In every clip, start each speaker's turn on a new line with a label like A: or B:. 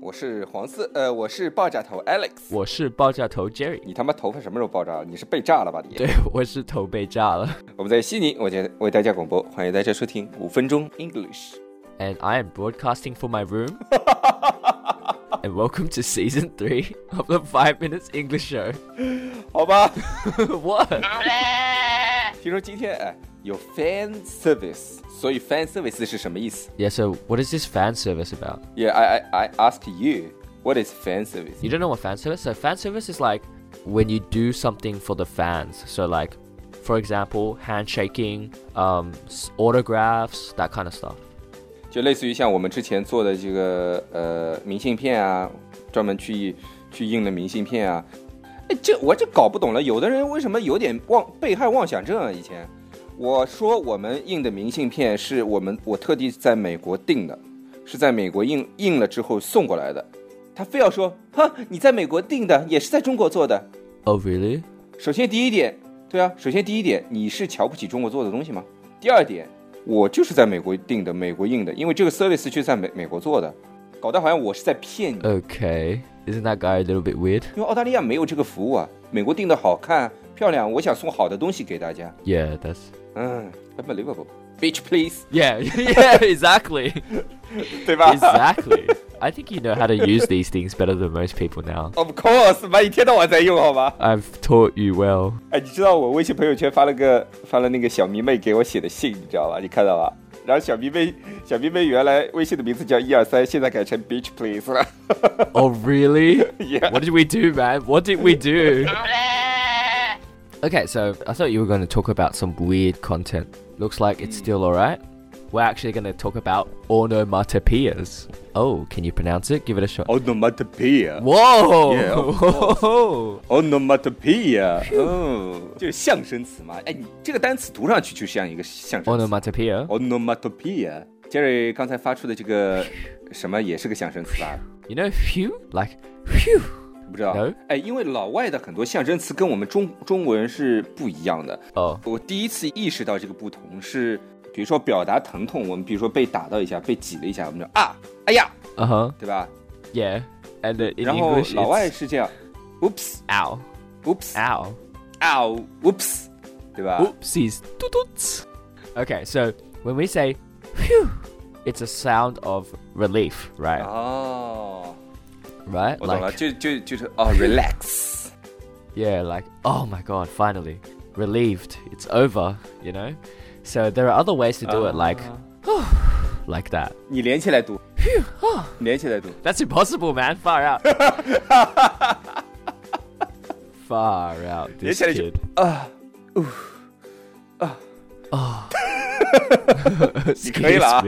A: 我是黄色，呃，我是爆炸头 Alex。
B: 我是爆炸头 Jerry。
A: 你他妈头发什么时候爆炸？你是被炸了吧你？
B: 对，我是头被炸了。
A: 我们在悉尼，我今为大家广播，欢迎大家收听五分钟 English。
B: And I am broadcasting from my room. And welcome to season three of the Five Minutes English Show.
A: 好吧。
B: what?
A: 听说今天哎有 fan service，所以 fan service 是什么意思
B: Yeah. So what is this fan service about?
A: ？Yeah, I I I ask you, what is fan service?
B: You don't know what fan service? So fan service is like when you do something for the fans. So like, for example, handshaking, um, s- autographs, that kind of stuff.
A: 就类似于像我们之前做的这个呃明信片啊，专门去去印的明信片啊。哎，这我这搞不懂了，有的人为什么有点妄被害妄想症啊？以前我说我们印的明信片是我们我特地在美国订的，是在美国印印了之后送过来的，他非要说，哼，你在美国订的，也是在中国做的，
B: Oh really?
A: 首先第一点，对啊，首先第一点，你是瞧不起中国做的东西吗？第二点，我就是在美国订的，美国印的，因为这个 service 就是在美美国做的，搞得好像我是在骗你，
B: Okay. Isn't that guy a little bit weird?
A: 因为澳大利亚没有这个服务啊，美国订的好看漂亮，我想送好的东西给大家，
B: Yeah. That's
A: 嗯，unbelievable，bitch please，
B: Yeah, yeah, exactly.
A: 对吧
B: exactly. I think you know how to use these things better than most people now.
A: Of course，妈一天到晚在用好吧？
B: I've taught you well.
A: 哎，你知道我微信朋友圈发了个发了那个小迷妹给我写的信，你知道吧？你看到吧？然后小迷妹小迷妹原来微信的名字叫一二三，现在改成 bitch please 了。
B: Oh, really?
A: Yeah.
B: What did we do, man? What did we do? okay, so I thought you were going to talk about some weird content. Looks like it's still alright. We're actually going to talk about onomatopoeias. Oh, can you pronounce it? Give it a shot.
A: onomatopoeia
B: Whoa!
A: Yeah, of onomatopoeia，哦，就是象声词嘛。哎，你这个单词读上去就像一个象声词。
B: Onomatopoeia.
A: onomatopoeia。Jerry 刚才发出的这个什么也是个象声词吧？
B: You know, phew? Like, phew.
A: 不知道
B: No。
A: 哎，因为老外的很多象声词跟我们中中国人是不一样的。
B: Oh,
A: 我第一次意识到这个不同是，比如说表达疼痛，我们比如说被打到一下，被挤了一下，我们就啊，哎呀，
B: uh huh.
A: 对吧？
B: Yeah. And uh, in
A: 然后
B: English,
A: 老外
B: it's
A: 是这样，oops，oops，ow，oops。
B: ow, ow,
A: oops，对吧
B: oopsies, toots. Okay, so when we say phew, it's a sound of relief, right?
A: Ah, 哦，
B: right?
A: 我懂了，
B: Like,
A: 就就就是哦，relax，
B: yeah, like, oh my god, finally, relieved, it's over, you know? So there are other ways to do it, like, like that.
A: 你连起来读，连起来读，
B: That's impossible, man, far out. far out, this
A: Yeah, yeah,
B: kid.
A: 你可以了啊。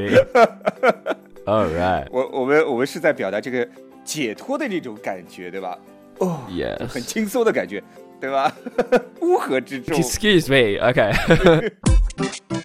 B: All right,
A: 我我们我们是在表达这个解脱的那种感觉，对吧？很
B: yes.
A: 轻松的感觉，对吧？ 乌合之众。
B: Excuse me, okay.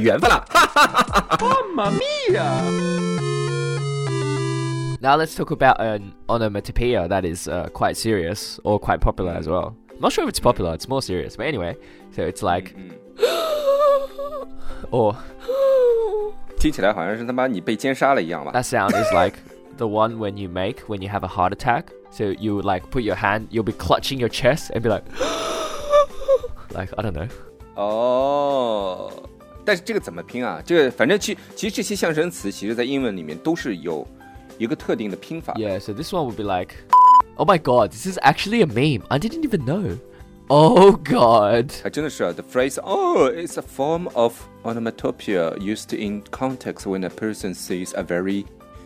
A: 缘分啦。
B: Now let's talk about an onomatopoeia that is uh, quite serious or quite popular as well. I'm not sure if it's popular, it's more serious. But anyway, so it's like. or
A: 听起来好像是他妈你被奸杀了一样吧？
B: that sound is like the one when you make when you have a heart attack. So you would, like put your hand, you'll be clutching your chest and be like. like, I don't know.
A: 哦但是这个怎么拼啊？这个反正其其实这些象声词，其实在英文里面都是有一个特定的拼法。
B: Yeah, so this one would be like, oh my god, this is actually a meme. I didn't even know. Oh god.
A: 还真的是啊，the phrase "oh, it's a form of onomatopoeia used in context when a person sees a very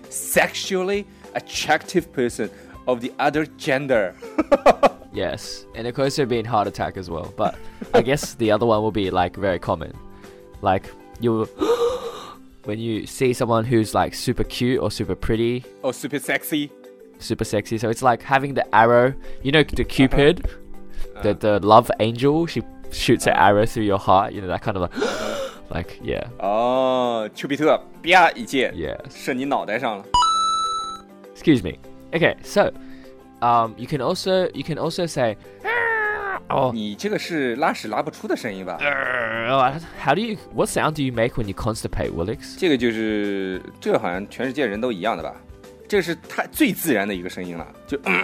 A: sexually attractive person of the other gender."
B: Yes, and it could also be in heart attack as well. But I guess the other one will be like very common, like you when you see someone who's like super cute or super pretty,
A: Oh, super sexy.
B: super sexy. So it's like having the arrow, you know, the Cupid, the the love angel. She shoots an arrow through your heart. You know that kind of like, like yeah,
A: 哦，丘比特啪一箭
B: yes.
A: 射你脑袋上了。
B: Excuse me. Okay, so um, you can also you can also say. Oh,
A: 你这个是拉屎拉不出的声音吧？
B: uh, how do you? What sound do you make when you constipate, Willix?
A: 这个就是，这个好像全世界人都一样的吧？这个是太最自然的一个声音了，就嗯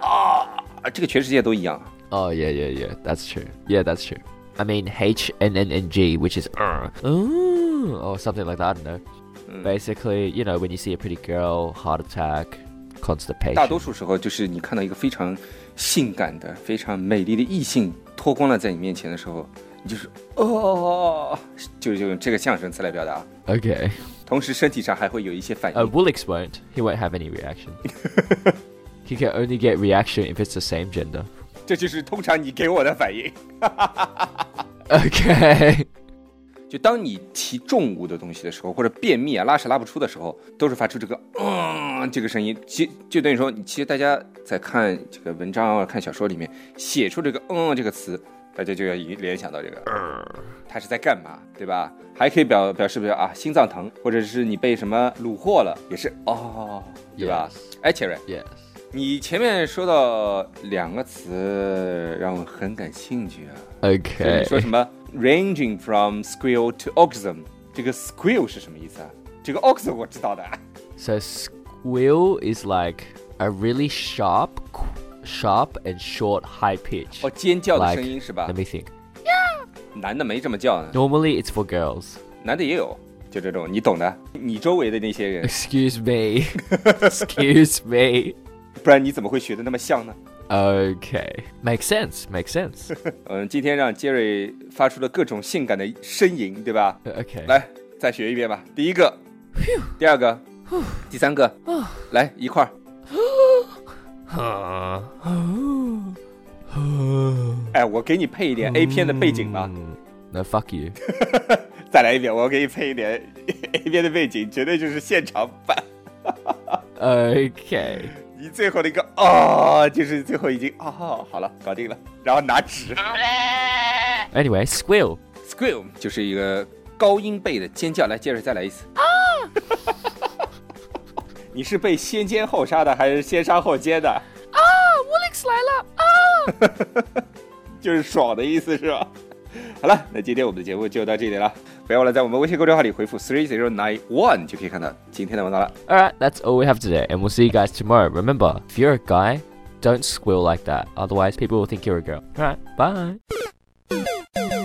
A: 啊，这个全世界都一样。
B: Oh yeah, yeah, yeah. That's true. Yeah, that's true. I mean H N N N G, which is uh, ooh, or something like that. I don't know. Basically, you know, when you see a pretty girl, heart attack,
A: 大多
B: constipation.
A: 数时候就是你看到一个非常性感的、非常美丽的异性脱光了在你面前的时候，你就是哦，就就用这个象声词来表达。
B: Okay.
A: 同时，身体上还会有一些反
B: Uh,
A: 应。
B: Woolix won't. He won't have any reaction. he can only get reaction if it's the same gender.
A: 这就是通常你给我的反应。
B: Okay.
A: 就当你提重物的东西的时候，或者便秘啊、拉屎拉不出的时候，都是发出这个嗯这个声音。其就等于说，其实大家在看这个文章啊、看小说里面写出这个嗯这个词，大家就要一联想到这个，嗯，他是在干嘛，对吧？还可以表表示，比如啊心脏疼，或者是你被什么虏获了，也是哦，对吧
B: Yes.？
A: 哎，钱瑞，
B: Yes.
A: 你前面说到两个词让我很感兴趣啊。就是你
B: Okay.
A: 说什么 ranging from squeal to orgasm，这个 squeal 是什么意思啊？这个 orgasm 我知道的，
B: So squeal is like a really sharp, sharp and short, high pitch.
A: 哦，尖叫的
B: Like,
A: 声音是吧
B: Let？me think.
A: 男的没这么叫呢，
B: Normally, it's for girls.
A: 男的也有，就这种你懂的。你周围的那些 人，
B: Excuse me. Excuse me.
A: 不然你怎么会学的那么像呢？
B: Okay. Makes sense. Makes sense.
A: 嗯，今天让杰瑞发出了各种性感的呻吟，对吧？
B: Okay.
A: 来，再学一遍吧。第一个，第二个，第三个，来一块儿。哎，我给你配一点 A 片的背景吧。
B: No, fuck you.
A: 再来一遍，我给你配一点 A 片的背景，绝对就是现场版。
B: Okay.
A: 你最后的一个哦，就是最后已经哦，好了，搞定了，然后拿纸
B: Anyway, squeal.
A: scream 就是一个高音贝的尖叫。来，接着再来一次。啊！ 你是被先奸后杀的，还是先杀后奸的？啊，Woolix 来了啊！ 就是爽的意思是吧？ 好了，那今天我们的节目就到这里了，不要忘了在我们微信公众号里回复 three zero nine one 就可以看到今天的文章了。
B: All right, that's all we have today, and we'll see you guys tomorrow. Remember, if you're a guy, don't squeal like that. Otherwise, people will think you're a girl. All right. Bye.